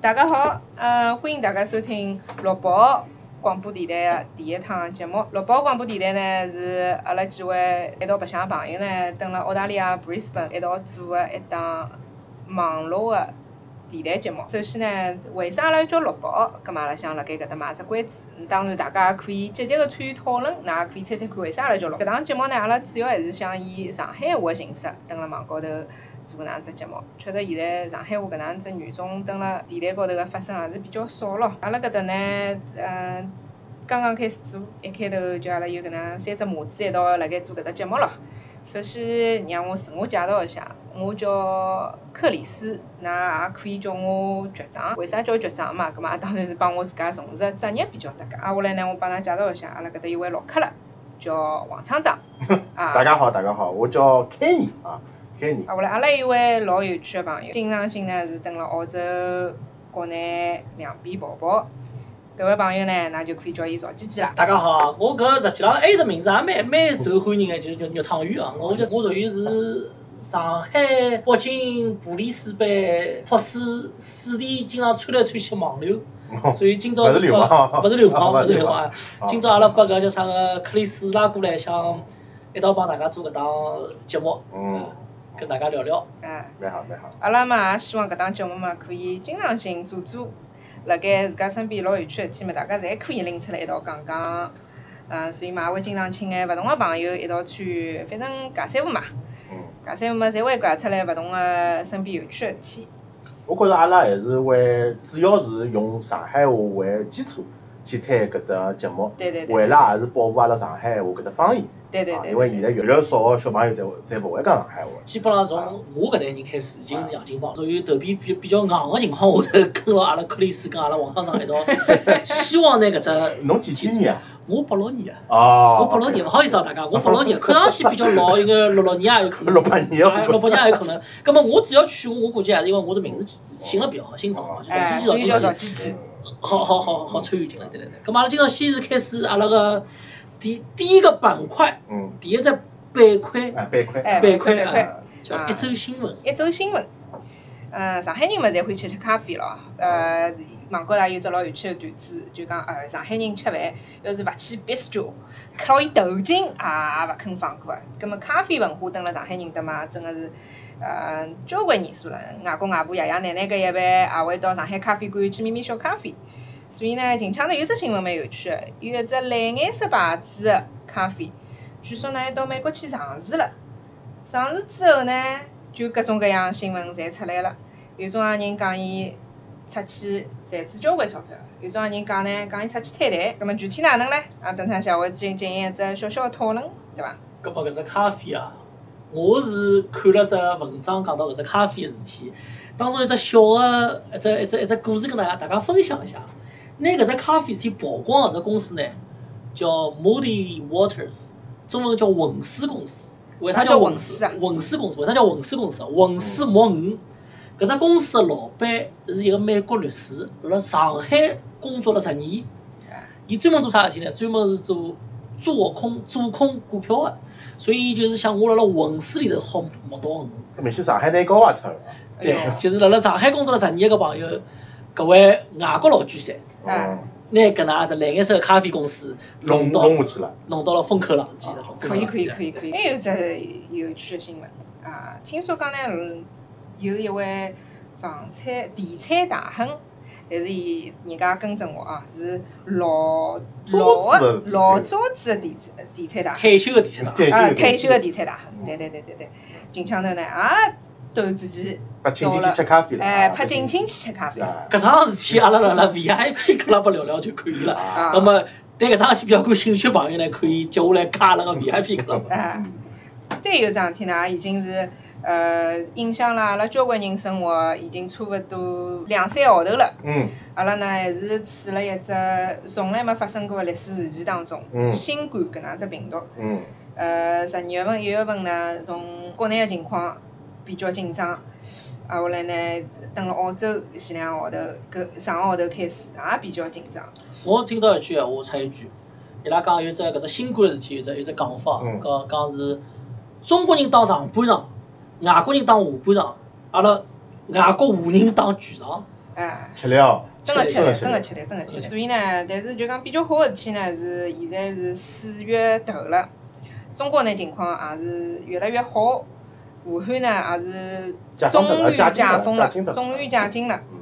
大家好，呃，欢迎大家收听六宝广播电台的第一趟节目。六宝广播电台呢是阿拉几位一道白相的朋友呢，蹲辣澳大利亚 Brisbane 一道做的一档网络的电台节目。首先呢，为啥阿拉叫六宝？葛末阿拉想辣盖搿搭卖只关子。嗯当然，大家也可以积极个参与讨论，㑚也可以猜猜看为啥阿拉叫六宝。搿档节目呢，阿拉主要还是想以上海话的形式蹲辣网高头。做搿能样子节目。确实现在上海话搿能样子语种蹲辣电台高头个发生也是比较少咯。阿拉搿搭呢，嗯，刚刚开始做，一开头就阿拉有搿能三只母子一道辣盖做搿只节目咯。首先，让我自我介绍一下，我叫克里斯，㑚也可以叫我局长。为啥叫局长嘛？搿嘛当然是帮我自家从事个职业比较搭界。挨下来呢，我帮㑚介绍一下，阿拉搿搭有位老客了，叫王厂长。啊 大家好，大家好，我叫 Kenny 啊，Kenny，啊，我来阿拉有位老有趣的朋友，经常性呢是蹲辣澳洲、国内两边跑跑。搿位朋友呢，那就可以叫伊赵姐姐啦。大家好，我搿实际浪还有只名字也蛮蛮受欢迎的，就是叫肉汤圆啊。我就我属于是上海、北京、布里斯班、珀斯四地经常穿来穿去盲流，所以今朝哦不是流氓啊拨勿是流氓，不勿是是流流氓氓啊啊。今朝阿拉把搿叫啥个克里斯拉过来，想一道帮大家做搿档节目，嗯，跟大家聊聊。啊，蛮好蛮好，阿拉嘛也希望搿档节目嘛可以经常性做做，辣盖自家身边老有趣的事体嘛，大家侪可以拎出来一道讲讲。呃，所以嘛，也会经常请眼勿同个朋友一道去，反正尬三胡嘛，嗯，尬三胡嘛，侪会尬出来勿同个身边有趣的事体。我觉着阿拉还是会主要是用上海话为基础去推搿只节目，对对对为了也是保护阿拉上海话搿只方言，对对啊对因为现在越来越少的小朋友才会才勿会讲上海话，基本上从我搿代人开始，已经是洋泾浜，属于头皮比比较硬个情况下头，跟牢阿拉克里斯跟阿拉王厂 长一道，希望呢搿只。侬几几年啊？我八六年啊。哦，我八六年，勿好意思啊，大家，我八六年，看上去比较老，应该六六年也有可能，六八年哎六八年也有可能。葛么我只要去，我我估计还是因为我这名字姓了比较好，姓赵嘛，就啊哎，是所机以器叫赵赵机器，姐姐。好好好好好参与进来，对对对。葛么阿拉今朝先是开始阿拉个第第一个板块，嗯，第一只板块啊，板块，哎板块板块啊，叫一周新闻。一周新闻。嗯，上海人嘛，侪欢喜吃咖啡咯。呃，网高头也有只老有趣的段子，就讲呃，上海人吃饭要是勿去 bistro，磕牢伊头巾也也勿肯放过个。葛末咖啡文化蹲辣上海人搭嘛，真个是呃交关年数了。外公外婆、爷爷奶奶搿一辈也会到上海咖啡馆去咪咪小咖啡。所以呢，近腔头有只新闻蛮有趣个，有一只蓝颜色牌子个咖啡，据说呢还到美国去上市了。上市之后呢，就各种各样新闻侪出来了。有种啊人讲伊出去赚至交关钞票，有种啊人讲呢，讲伊出去摊台。葛么具体哪能呢？啊，等趟下回进进行一只小小的讨论，对伐？搿么搿只咖啡啊，我是看了只文章讲到搿只咖啡个事体，当中一只小个一只一只一只故事跟大家大家分享一下。拿搿只咖啡事体曝光个只公司呢，叫 Muddy Waters，中文叫浑水公司。为啥叫啊浑水？浑水公司为啥叫浑水公司？啊浑水摸鱼。搿只公司个老板是一个美国律师，辣上海工作了十年。伊专门做啥事体呢？专门是做做空做空股票的、所以就是像我辣辣浑水里头好摸到鱼。明显上海拿高啊脱了，对哎呦，就是辣辣上海工作了十年个朋友，搿位外国老巨三，哎嗯，拿搿能只蓝颜色的咖啡公司弄弄到弄下去了，弄到了风口浪尖了。可以可以可以可以。以。哎还有一只有趣的新闻啊，听说讲呢，嗯有一位房产地产大亨，但是伊人家更正我啊，是老老招子的个地产老招子的地产地产大亨。退休个地产大亨，退休啊，的退休的的地产大嗯亨，对对对对对，近腔头呢也突然之间拍亲戚到了去吃咖啡了哎，啊拍对近亲去吃咖啡，啊，搿桩事体阿拉辣辣 VIP 克拉巴聊聊就可以了。啊那么对搿桩事体比较感兴趣的朋友呢，可以接下来加阿拉个 VIP 克拉巴。哎，再有桩事体呢，已经是呃影响了阿拉交关人生活，已经差勿多两三个号头了。嗯，阿拉呢还是处辣一只从来没发生过的历史事件当中，嗯新冠搿能介只病毒。嗯，呃，十二月份、一月份呢，从国内的情况比较紧张，啊，后来呢，等了澳洲前两个号头，搿上个号头开始也比较紧张。我听到一句闲话，插一句，伊拉讲有只搿只新冠事体，有只有只讲法嗯，讲讲是中国人当上半场，外国人当下半场，阿拉外国华人当全场。哎。吃了，真个吃吃力，真个真个吃吃力。力，真个吃力。所以呢，但是就讲比较好个事体呢，是现在是四月头了，中国呢情况也是越来越好，武汉呢也是解终封脱了于解禁脱解了封解了禁脱，了终于解禁了。嗯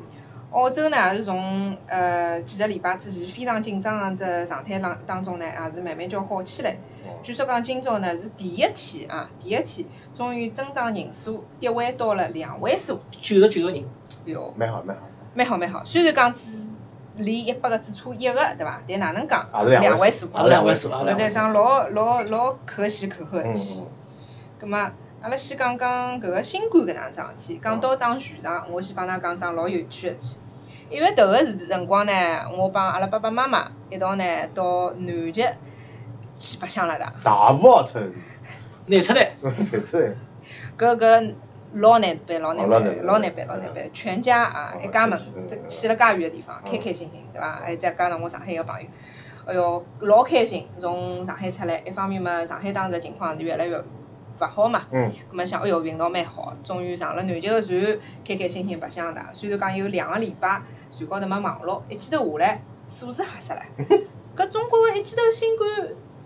澳哦洲呢也是从呃几个礼拜之前非常紧张个只状态当当中呢，也是慢慢叫好起来。哦据说讲今朝呢是第一天啊，第一天终于增长人数跌回到了两位数，九十九个人，哟，蛮好蛮好。蛮好蛮好。虽然讲只离一百个只差一个，对伐？但哪能讲啊也是两位位数数，也是两位数也是实两位在数上老老老可喜可贺嗯的嗯事体嗯。葛末阿拉先讲讲搿个新冠搿能桩事体。讲到打全场，我先帮㑚讲桩老有趣个事体。一月头个时辰光呢，我帮阿拉爸爸妈妈一道呢到南极去白相了的。大富豪村，拿出来，对是。搿搿老难办，老难哦老难办办，老难办，老难办，全家啊哦一家门真是嗯去了介远个地方，嗯开开心心，对伐？还再加上我上海一个朋友，哎哟，老开心！从上海出来，一方面嘛，上海当时情况是越来越勿好嘛，嗯，葛末想，哎哟，运道蛮好，终于上了南极个船，开开心心白相的。虽然讲有两个礼拜船高头没网络，一记头下来，数字吓死了。搿中国一记头新冠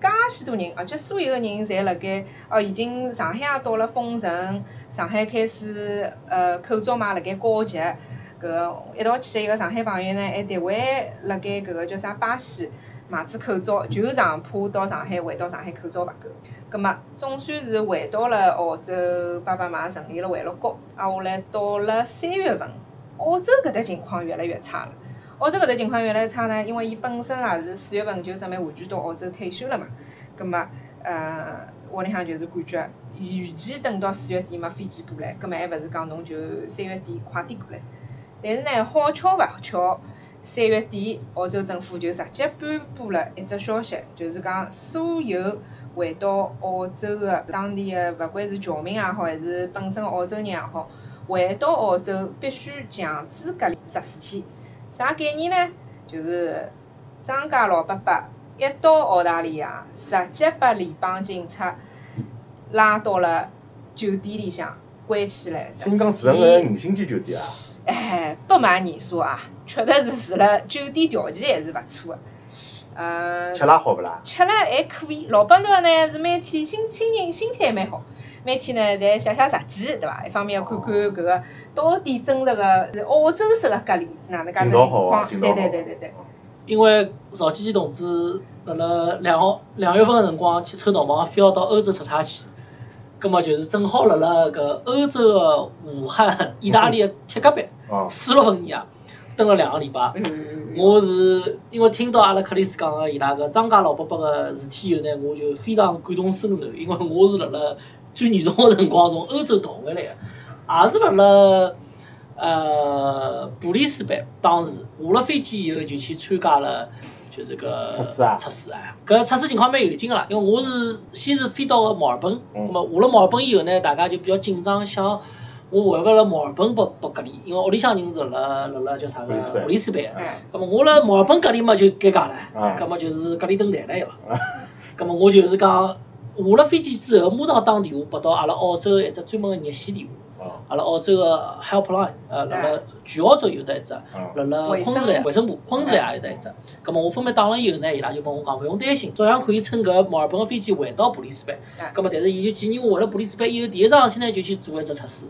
介许多人，而且所有个人侪辣盖哦，已经上海也到了封城，上海开始呃口罩嘛辣盖高级。搿个一道去的一个上海朋友呢，还特为辣盖搿个叫啥巴西买只口罩，就上怕到上海回到上海口罩勿够。葛末总算是回到了澳洲，爸爸妈妈成立了回乐国。啊，下来到了三月份，澳洲搿搭情况越来越差了。澳洲搿搭情况越来越差呢，因为伊本身也是四月份就准备完全到澳洲退休了嘛。葛末呃，屋里向就是感觉，与其等到四月底没飞机过来，葛末还勿是讲啊侬就三月底快点过来。但是呢，好巧勿巧，三月底澳洲政府就直接颁布了一只消息，就是讲所有回到澳洲的当地的，勿管是侨民也好，还是本身澳洲人也好，回到澳洲必须强制隔离十四天。啥概念呢？就是张家老伯伯一到澳大利亚，直接被联邦警察拉到了酒店里向关起来十听讲四住了个天。五星级酒店啊，哎，不瞒你说啊，确实是住了酒店条件还是勿错的。呃，吃了好不啦？吃了还可以，老板娘呢是每天心心情心态蛮好，每天呢侪写写日记，对伐？一方面要看看搿个到底真实个是哦澳洲式个隔离是哪能介个劲情道好啊，况？劲对道好。对对对对。。因为邵基基同志辣辣两号两月份个辰光去抽逃亡，非要到欧洲出差去，葛末就是正好辣辣搿欧洲个武汉、意大利个铁隔壁，哦，四月份呀，蹲啊了两个礼拜哎。呦呦呦呦我是因为听到阿拉克里斯讲个伊拉个张家老伯伯个事体以后呢，我就非常感同身受，因为我是辣辣最严重个辰光从欧洲逃回来个，也是辣辣呃布里斯班，当时下了飞机以后就去参加了。就这个测试啊测试啊，搿测试情况蛮有劲个啦，因为我是先是飞到个墨尔本，嗯那么下了墨尔本以后呢，大家就比较紧张，想我回勿回了墨尔本拨拨隔离，因为屋里向人是辣辣辣叫啥布个里斯班布里斯啊班个，哎，咁么我辣墨尔本隔离嘛就尴尬了啊，咁么就是隔离登台了要。咁啊么我就是讲下了飞机之后，马上打电话拨到阿拉澳洲一只专门个热线电话，哦，阿拉澳洲个 helpline，呃，辣辣全澳洲有得一只，辣辣卫生昆士兰卫生部昆士兰也有得一只。咁啊么我分别打了以后呢，伊拉就帮我讲勿用担心，照样可以乘搿墨尔本个飞机回到布里斯班。哎咁么但是伊就建议我回了布里斯班以后，第一桩事体呢就去做一只测试，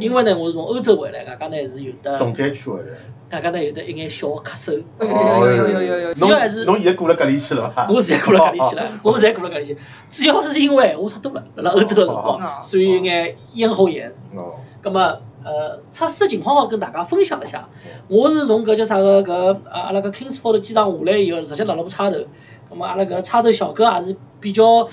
因为呢我是从欧洲回来，外加呢是有总得，监区回来。外加呢有得一眼小咳嗽。哎呦呦呦呦呦呦呦！主要还是侬侬现在过了隔离去了 伐？我侪过了搿里去了，我侪过了搿里去，主要是因为闲话太多了，辣辣欧洲个辰光，哦所以有眼咽喉炎。哦。葛么，呃，测试情况好跟大家分享一下。我是从搿叫啥个搿呃阿拉搿 Kingsford 机场下来以后，直接辣辣部差头。葛么阿拉搿差头小哥也是比较，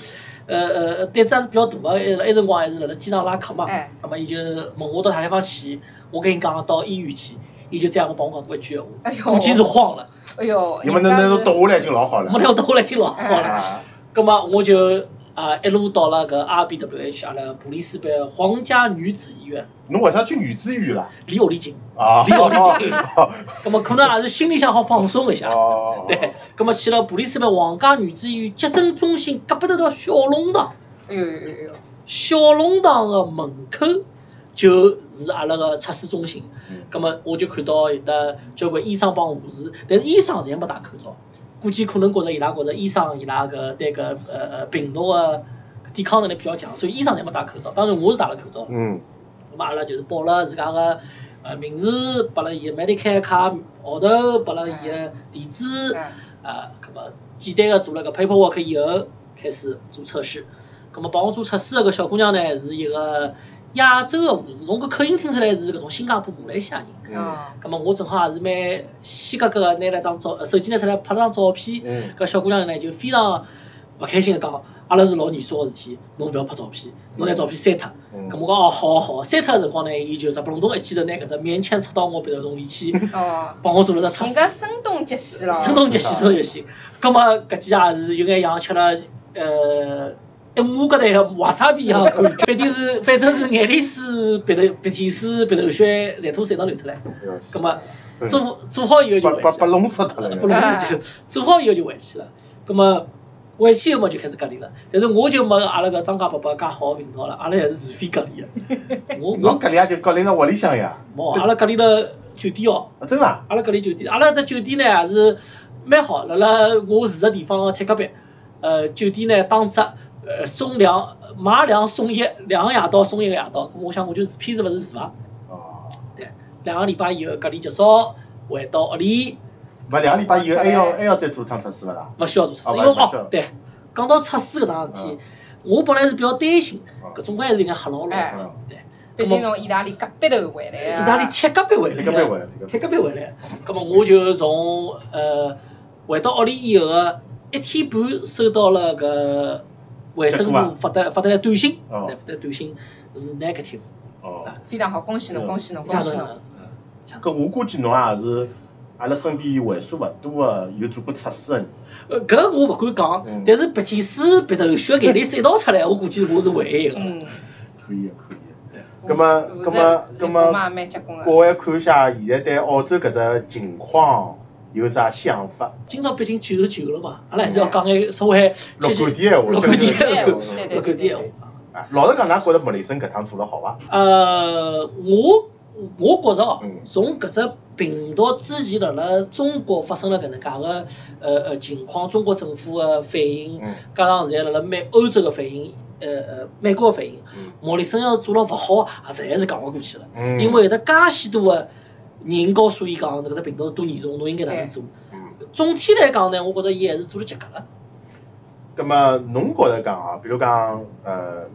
呃呃呃胆子还是比较大个，埃埃辰光还是辣辣机场拉客嘛。哎葛么伊就问我到啥地方去，我跟伊讲到医院去，伊就这样帮我讲过一句闲哎呦话，估计是慌了，哎呦，因为那那人家侬是倒下来就老好了没。料到后来已经老慌哎了。啊，葛么我就啊一路到了搿 RBWH 阿拉布里斯班皇家女子医院，侬为啥去女子医院啦？离屋里近。啊，离我哦近哦葛么可能也是心里向好放松一下。哦，对，葛么去了布里斯班皇家女子医院急诊中心哎隔壁头道小弄堂，哎呦呦呦呦！小弄堂个门口就是阿拉个测试中心嗯。葛末我就看到有得交关医生帮护士，但是医生侪没戴口罩。估计可能觉着伊拉觉着医生伊拉个对个呃呃病毒个抵抗能力比较强，所以医生侪没戴口罩。当然我是戴了口罩。嗯咁嘛阿拉就是报了自家个呃名字，拨了伊个 Medicare 卡号头，拨了伊个地址嗯，呃，咁么简单个做了个 paperwork 以后，开始做测试。咁么帮我做测试个搿小姑娘呢，是一个亚洲个护士，从搿口音听出来是搿种新加坡、马来西亚人。哎哦嗯咁么我正好也是蛮稀格格个拿了张照，呃手机拿出来拍了张照片。嗯搿小姑娘呢就非常勿开心个讲，阿拉是老严肃个事体，侬勿要拍照片，侬拿照片删脱。嗯咁我讲哦，好好，删脱个辰光呢，伊就直蹦动一记头拿搿只棉签插到我鼻头洞里去，哦，帮我做了只测人试。家声东击西了，声东击西，声东击西。葛末搿记也是有眼像吃了呃一马格蛋个瓦萨比一样的感觉，反正是反正是眼泪水、鼻头鼻涕水、鼻头血，全都侪到流出来。哟西葛末嗯做做好以后就把回把去把了，弄死脱了呃呀。啊不弄就做好以后就回去了。葛末回去以后嘛就开始隔离了，但是我就没阿拉搿张家伯伯介好个频道了，阿拉还是自费隔离个。啊我侬我搿里也就搞离了屋里向呀，冇，阿拉隔离了酒店哦。啊真伐？阿拉隔离酒店，阿拉只酒店呢也是蛮好，辣辣我住个地方个铁隔壁，呃，酒店呢打折，呃，送两买两送一，两个夜到送一个夜到，咁我想我就自偏是勿是住伐？哦，对，两个礼拜以后隔离结束，回到屋里，勿两个礼拜以后哎还要还要再做趟测试勿啦？勿需要做测试，哦因为勿勿需要哦，对，讲到测试搿桩事嗯，体我本来是比较担心嗯，搿总归还是有眼吓牢哎了嗯，对。毕竟从意大利隔壁头回来啊，意大利铁隔壁回来铁隔壁回来了铁隔壁，铁隔壁回来。咁么我就从呃回到屋里以后个一天半，收到了搿卫生结果部啊发得发得来短信，哦对，发得短信是 negative，哦，非常好，恭喜侬，恭喜侬，吓恭到喜人侬了。。搿我估计侬也是阿拉身边为数勿多个有做过测试个人。呃，搿我勿敢讲嗯，但是鼻涕水、鼻头血、眼 泪水一道出来，我估计我是唯一一个。嗯，可以的可以啊的。葛么我葛么是葛我妈也么，蛮结棍的。国外看一下现在对澳洲搿只情况有啥想法？今朝毕竟九十九了嘛，阿拉还是要讲眼稍微乐观点闲话乐观点对闲话对对对乐观点闲对对话。啊，老实讲，㑚觉着莫里森搿趟做了好啊伐？呃，我我觉着哦嗯，从搿只病毒之前辣辣中国发生了搿能介个呃呃情况，中国政府个反应嗯，加上现在辣辣美欧洲个反应，呃呃美国个反应嗯，莫里森要是做了勿好，也实在是讲勿过去了，嗯因为有得介许多个人告诉伊讲搿只病毒多严重，侬应该哪能做。嗯，总体来讲呢，我觉着伊还是做了及格了。葛末侬觉着讲啊，比如讲呃，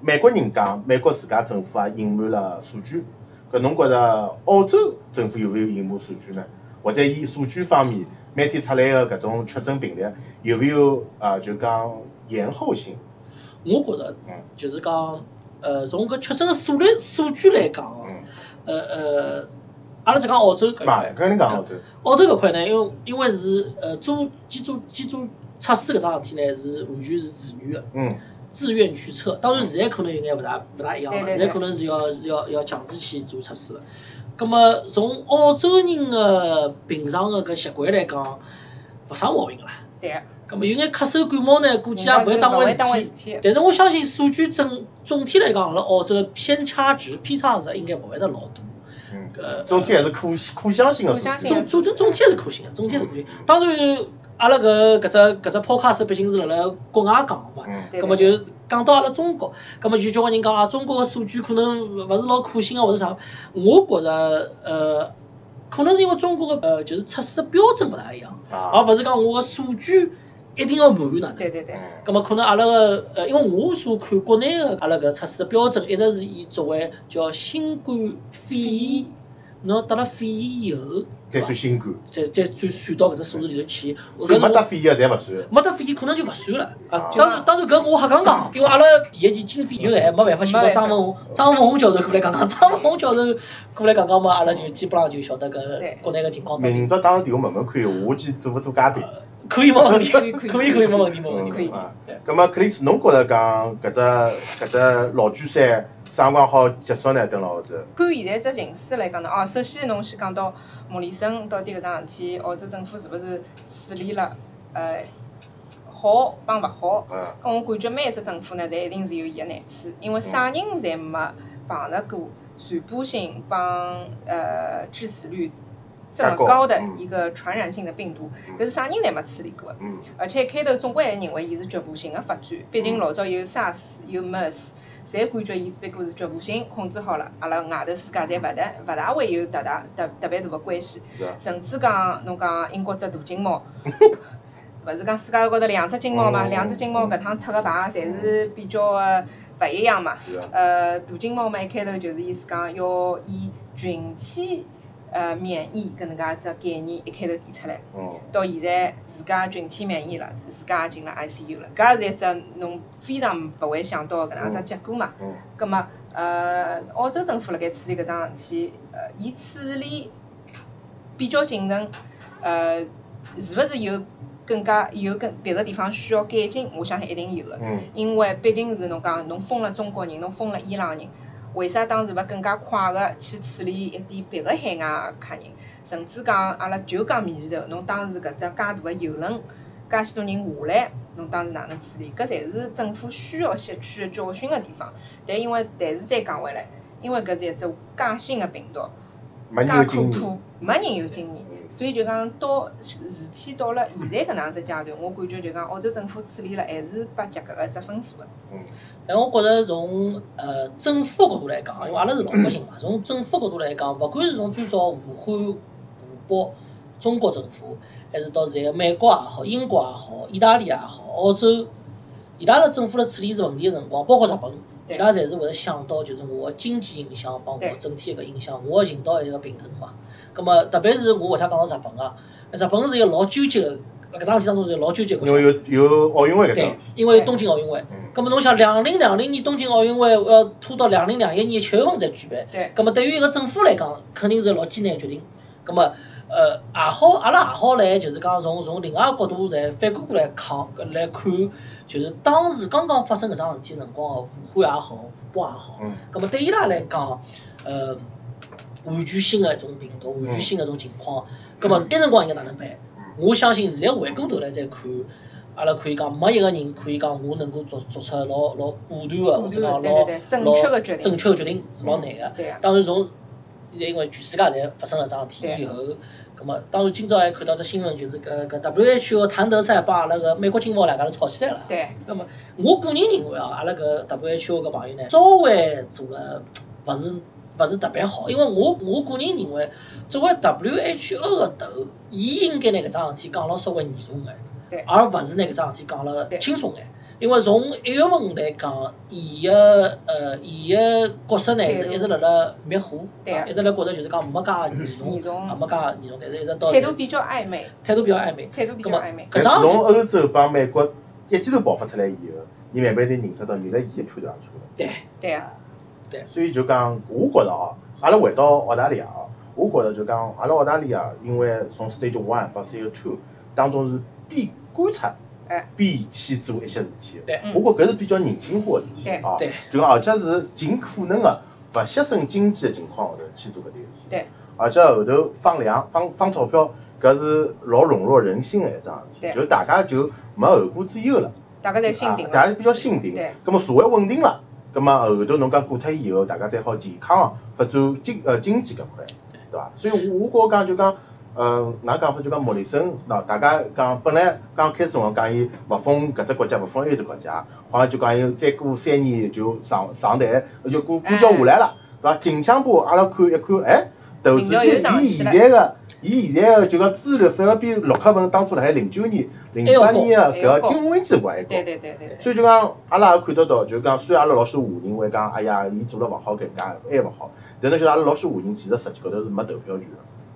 美国人讲美国自家政府啊隐瞒了数据，搿侬觉着澳洲政府有勿有隐瞒数据呢？或者伊数据方面每天出来个搿种确诊病例有勿有啊？就讲延后性？我觉着嗯就是讲，呃，从搿确诊个数量数据来讲哦。嗯，呃呃，阿拉只讲澳洲搿嘛，块，搿能讲澳洲，澳洲搿块呢，因为因为是呃做基础基础测试搿桩事体呢，是完全是自愿个，嗯。自愿去测。当然现在可能有眼勿大勿大一样了，对对现对在可能是要是要要强制去做测试了。葛末从澳洲人个平常个搿习惯来讲，勿生毛病个啦。对，葛末有眼咳嗽感冒呢，估计也啊勿会当人家是勿会当回回事事体体。但是我相信数据总总体来讲，辣澳洲的偏差值偏差值应该勿会得老大。嗯呃，总体还是可可相信个可相信数据的总总总总体还是可行的，总体还是可行。当然，阿拉搿搿只搿只 podcast 毕竟是辣辣国外讲个嘛嗯，对葛末对就是讲到阿拉中国，葛末就交关人讲啊，中国个数据可能勿勿是老可信啊，或者啥。我觉着呃，可能是因为中国个呃就是测试标准勿大一样，啊而勿是讲我个数据一定要满意哪能。对对对，嗯葛么可能阿拉个呃，因为我所看国内个呃阿拉搿测试标准，一直是以作为叫新冠肺炎，侬得了肺炎以后，再算新冠，再再再算到搿只数字里头去。搿所以是没得啊我肺炎个侪勿算。没得肺炎可能就勿算了啊啊！当然当然搿我瞎讲讲，因为阿拉第一期经费有限，没办法请到张文宏张文宏教授过来讲讲， 张文宏教授过来讲讲嘛，阿拉就基本上就晓得对搿国内个情况到明底朝打个电话问问看，我去做勿做嘉宾？可以没问题，可以可以可以嗯可以没问题没问题。可以啊对。咁么，克里斯，侬觉着讲搿只搿只老卷山啥辰光好结束呢？邓老师？看现在只形势来讲呢，哦，首先侬先讲到莫里森到底搿桩事体，澳洲政府是勿是处理了呃好帮勿好？嗯咁我感觉每一只政府呢，侪一定是有伊个难处，因为啥人侪没碰着过传播性帮呃致死率这介么高高的嗯一个传染性的病毒，嗯搿是啥人侪没处理过的。嗯而且开头总归还认为伊是局部性的发展，毕竟老早有 SARS 有 MERS，侪感觉伊只不过是局部性控制好了，阿拉外头世界侪勿大勿大会有特大特特别大的关系。是啊，甚至讲侬讲英国只大金 猫，勿是讲世界高头两只金猫嘛，嗯两只金猫搿趟出个牌侪是比较个勿一样嘛。是啊，呃，大金猫嘛一开头就是意思讲要以群体呃免疫搿能介只概念一开头提出来。嗯到现在自家群体免疫了，自家也进了 ICU 了，搿也是一只侬非常勿会想到的搿能介只结果嘛。嗯葛末呃，澳洲政府辣盖处理搿桩事体，呃，伊处理比较谨慎，呃，是勿是有更加有更别个地方需要改进？我相信一定有个，嗯因为毕竟是侬讲侬封了中国人，侬封了伊朗人，为啥当时勿更加快个去处理一点别个海外客人？甚至讲阿拉就讲面前头，侬当时搿只介大个游轮，介许多人下来，侬当时哪能处理？搿侪是政府需要吸取教训个地方。但因为但是再讲回来，因为搿是一只介新个病毒，没人介有可经怕验，，没人有经验，所以就讲到事体到了现在搿能样子阶段，我感觉就讲澳洲政府处理了还是拨及格个只分数个。嗯但我觉着从呃政府角度来讲，因为阿拉是老百姓嘛，从政府角度来讲，勿管是从最早武汉武报中国政府，还是到现在美国也好、英国也好、意大利也好、澳洲，伊拉辣政府辣处理是问题个辰光，包括日本，对伊拉侪是会得想到就是我个经济影响帮我对整体一个影响，我个寻到一个平衡嘛。葛么特别是我为啥讲到日本啊？日本是一个老纠结个，搿桩事体当中是老纠结个。因为有有奥运会搿桩对事体，，因为东京奥运会。嗯咁么侬想，两零两零年东京奥运会要拖到两零两一年七月份再举办，对咁么对于一个政府来讲，肯定是老艰难个决定。咁么，呃，也好，阿拉也好来，就是讲从从另外一个角度来反过过来看来看，就是当时刚刚发生搿桩事体的辰光，啊武汉也好，武报也好，嗯咁么对伊拉来讲，呃，完全新的一种病毒，嗯完全新的一种情况，咁么那辰光应该哪能办？我相信现在回过头来再看，阿拉可以讲没一个人可以讲我能够做做出老老果断个，或者讲对对老对正老确的决定正确个决定是老难个。对啊当然从现在因为全世界侪发生了桩事体以后，葛末当然今朝还看到只新闻，就是呃搿搿 WHO 个谭德赛帮阿拉个美国金毛两家头吵起来了。对。那么我个人认为啊，阿拉搿 WHO 搿朋友呢，稍微做了勿是勿是特别好，因为我我个人认为，作为 WHO 个头，伊应该拿搿桩事体讲了稍微严重眼对，而勿是拿搿桩事体讲了对轻松眼。因为从一月份来讲，伊个呃伊个角色呢对是一直辣辣灭火，对啊一直辣觉着就是讲没介严重，严重啊没介严重，但是一直到态现度在比较暧昧，态度比较暧昧，态度比较葛末暧昧搿但是桩事体从欧洲帮美国一记头爆发出来以后，你慢慢地认识到原来伊个判断也错了。对对啊，对所以就讲，我觉着哦，阿拉回到澳大利亚哦，我觉着就讲，阿拉澳大利亚因为从 stage one 到 stage two 当中是边观察哎，边去做一些事体。对嗯我觉着搿是比较人性化的事体对哦对，就讲而且是尽可能个勿牺牲经济的情况下头去做搿点事体。对而且后头放粮放放钞票，搿是老笼络人心的一桩事对体，就大家就没后顾之忧了。大家侪心定啊大家了，比较心定对。葛末社会稳定啊了，葛末后头侬讲过脱以后，大家才好健康啊发展经呃经济搿块，对伐？所以我我觉着讲就讲，呃，哪讲法就讲莫里森，喏，大家讲本来刚开始辰光讲伊勿封搿只国家，勿封埃只国家，好像就讲伊再过三年嗯就上上台，就过过叫下来了，对伐？近腔部阿拉看一看，哎，投资民调又上界伊去现了在个。伊现在个就讲资料反而比洛克文当初辣海零九年、零八年还个要搿高个啊金温机会还高。对对对对对，所以就讲，阿拉也看得到，就讲虽然阿拉老许华人会讲，哎呀，伊做了勿好，搿能介还勿好，但侬晓得阿拉老许华人其实实际高头是没投票权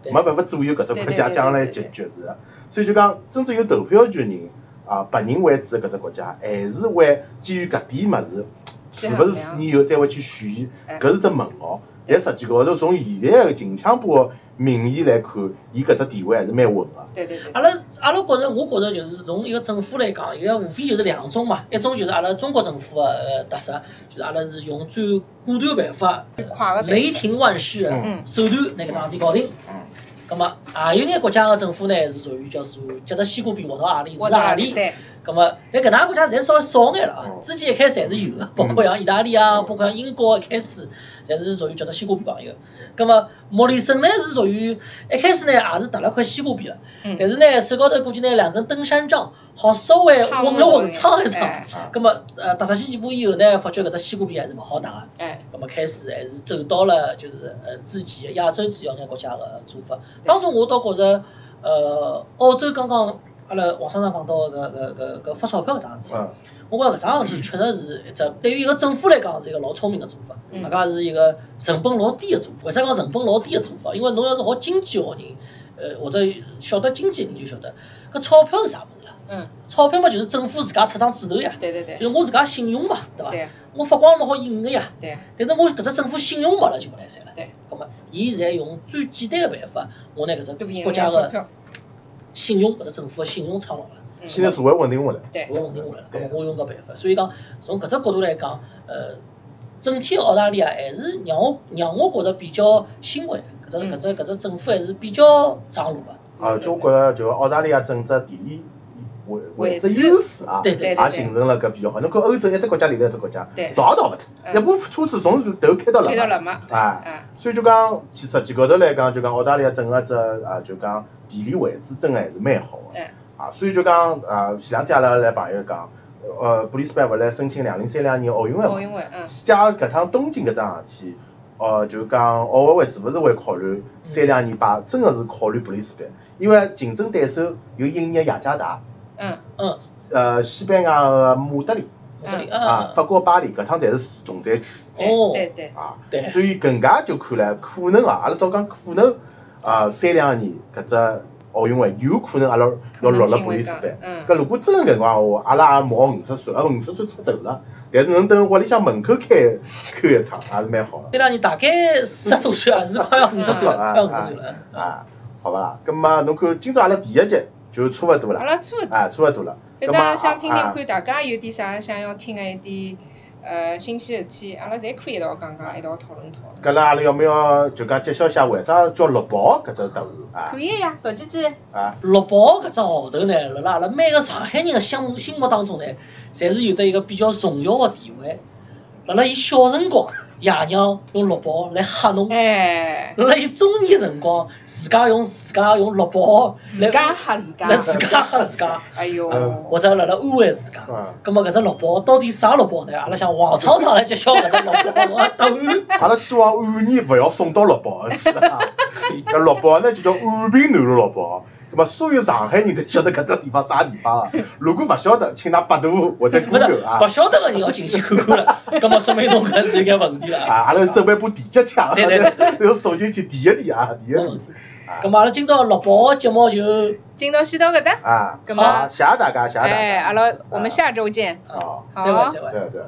对的，没办法左右搿只国家将来解决是的。所以就讲，真正有投票权人啊，白人为主的搿只国家，还是会基于搿点物事，是勿是四年以后再会去选伊哎，搿是只问号。但实际高头从现在个近腔部个民意来看，伊搿只地位还是蛮稳个。对对对阿，拉阿拉觉着，我觉着就是从一个政府来讲，伊个无非就是两种嘛，一种就是阿拉中国政府个呃特色，就是阿拉是用最果断办法最快的办，法雷霆万世个嗯手段拿搿桩事体搞定。啊嗯，葛末，也有眼国家个政府呢是属于叫做夹着西瓜皮活到何里是我到何阿里里，。对，嗯咁么，但搿能介国家现在稍微少眼了啊哦。之前一开始还是有的，包括像意大利啊，包括像英国一开始，侪是属于叫做西瓜皮朋友。咁么，莫里森呢是属于一开始呢也是踏了块西瓜皮了，嗯但是呢手高头估计呢两根登山杖，好稍微稳了稳撑一撑哎。咁么，呃，踏出去几步以后呢，发觉搿只西瓜皮还是勿好踏个。哎，咁么开始还是走到了就是呃之前亚洲主要眼国家个做法。当中我倒觉着，呃，澳洲刚刚阿拉王先生讲到个搿搿搿发钞票搿桩事体，嗯，我觉着搿桩事体确实是一只对于一个政府来讲是一个老聪明个做法，嗯外加是一个成本老低个做法。为啥讲成本老低个做法？因为侬要是学经济学人，呃或者晓得经济人就晓得，搿钞票是啥物事啦？嗯，钞票嘛就是政府自家出张纸头呀，对对对就是我自家信用嘛，对对伐啊？我发光嘛好印个呀，对啊但是我搿只政府信用没了就勿来三了。对。葛末，伊现在用最简单个办法，我拿搿对不只起，国家没有钞个票信用，搿只政府个信用撑牢了，嗯现在社会稳定下来，对我稳定下来了。葛对末我用搿办法，所以讲从搿只角度来讲，呃，整体澳大利亚还是让我让我觉着比较欣慰，搿只嗯搿只搿只政府还是比较长路个。而且我觉着就澳大利亚整只地理位位置优势啊，对对也对形成了搿比较好。侬看欧洲一只国家里头一只国家，对逃也逃勿脱，嗯一部车子从头开到开到了了嘛，啊，所以就讲，其实际高头来讲，就讲澳大利亚整个只啊，就讲地理位置真个还是蛮好个。哎，啊，所以就讲啊，前两天阿拉来朋友讲，呃，布里斯班勿来申请两零三两年奥运会嘛奥运会，嗯，加搿趟东京搿桩事体，呃，就讲奥委会是勿是会考虑三两年把真个是考虑布里斯班，因为竞争对手有印尼雅加达，嗯，嗯，呃，西班牙个马德里我这里嗯啊，法国巴黎搿趟侪是重灾区哦，对对，啊对，所以搿能介就看来可能啊，阿拉早讲可能啊，三两年搿只。奥运会有可能阿拉要落了布里斯班可能性会，高搿如果真能搿能介话，阿拉也毛五十岁，啊五十岁出头了，但是能等屋里向门口开开一趟，还是蛮好的。这两年大概四十多岁啊，是快要五十岁了，啊快要五十岁了。啊，好伐？咁么侬看，今朝阿拉第一集就差勿多阿了，拉差勿多啊，差勿多了。反咁啊正想听听啊看大家有点啥想要听个一点呃新鲜事体，阿拉侪可以一道讲讲，一道讨论讨论。搿拉阿拉要不要就讲揭晓一下为啥叫绿袍搿只答案可以的呀，小鸡鸡，啊？啊，绿宝搿只号头呢，辣辣阿拉每个上海人的心目心目当中呢，侪是有得一个比较重要的地位。辣辣伊小辰光，爷娘用绿宝来吓嗯侬；哎，辣辣伊中年辰光，自家用自家用绿宝来自家吓自家来，自家吓自家，哎哟，嗯或者辣辣安慰自家啊嗯。葛末搿只绿宝到底啥绿宝呢？阿拉想王厂长来揭晓搿只绿宝个答案。阿拉希望晚年勿要送到绿袍 去啦。搿绿袍呢就叫安平南路绿袍。咁么，所有上海人侪晓得搿只地方啥地方啊？如果勿晓得，请㑚百度或者勿是 Google 啊勿。晓得个人要进去看看了，葛末说明侬搿是有眼问题了。啊，阿拉准备部地接枪，对对对，要送进去第一点啊，第一没点问题。啊嗯咁。么阿拉今朝绿宝个节目就今朝先到搿搭，啊，咁好，啊谢谢大家，谢谢大家。哎，阿拉我们下周见。好，啊再会再会。对对。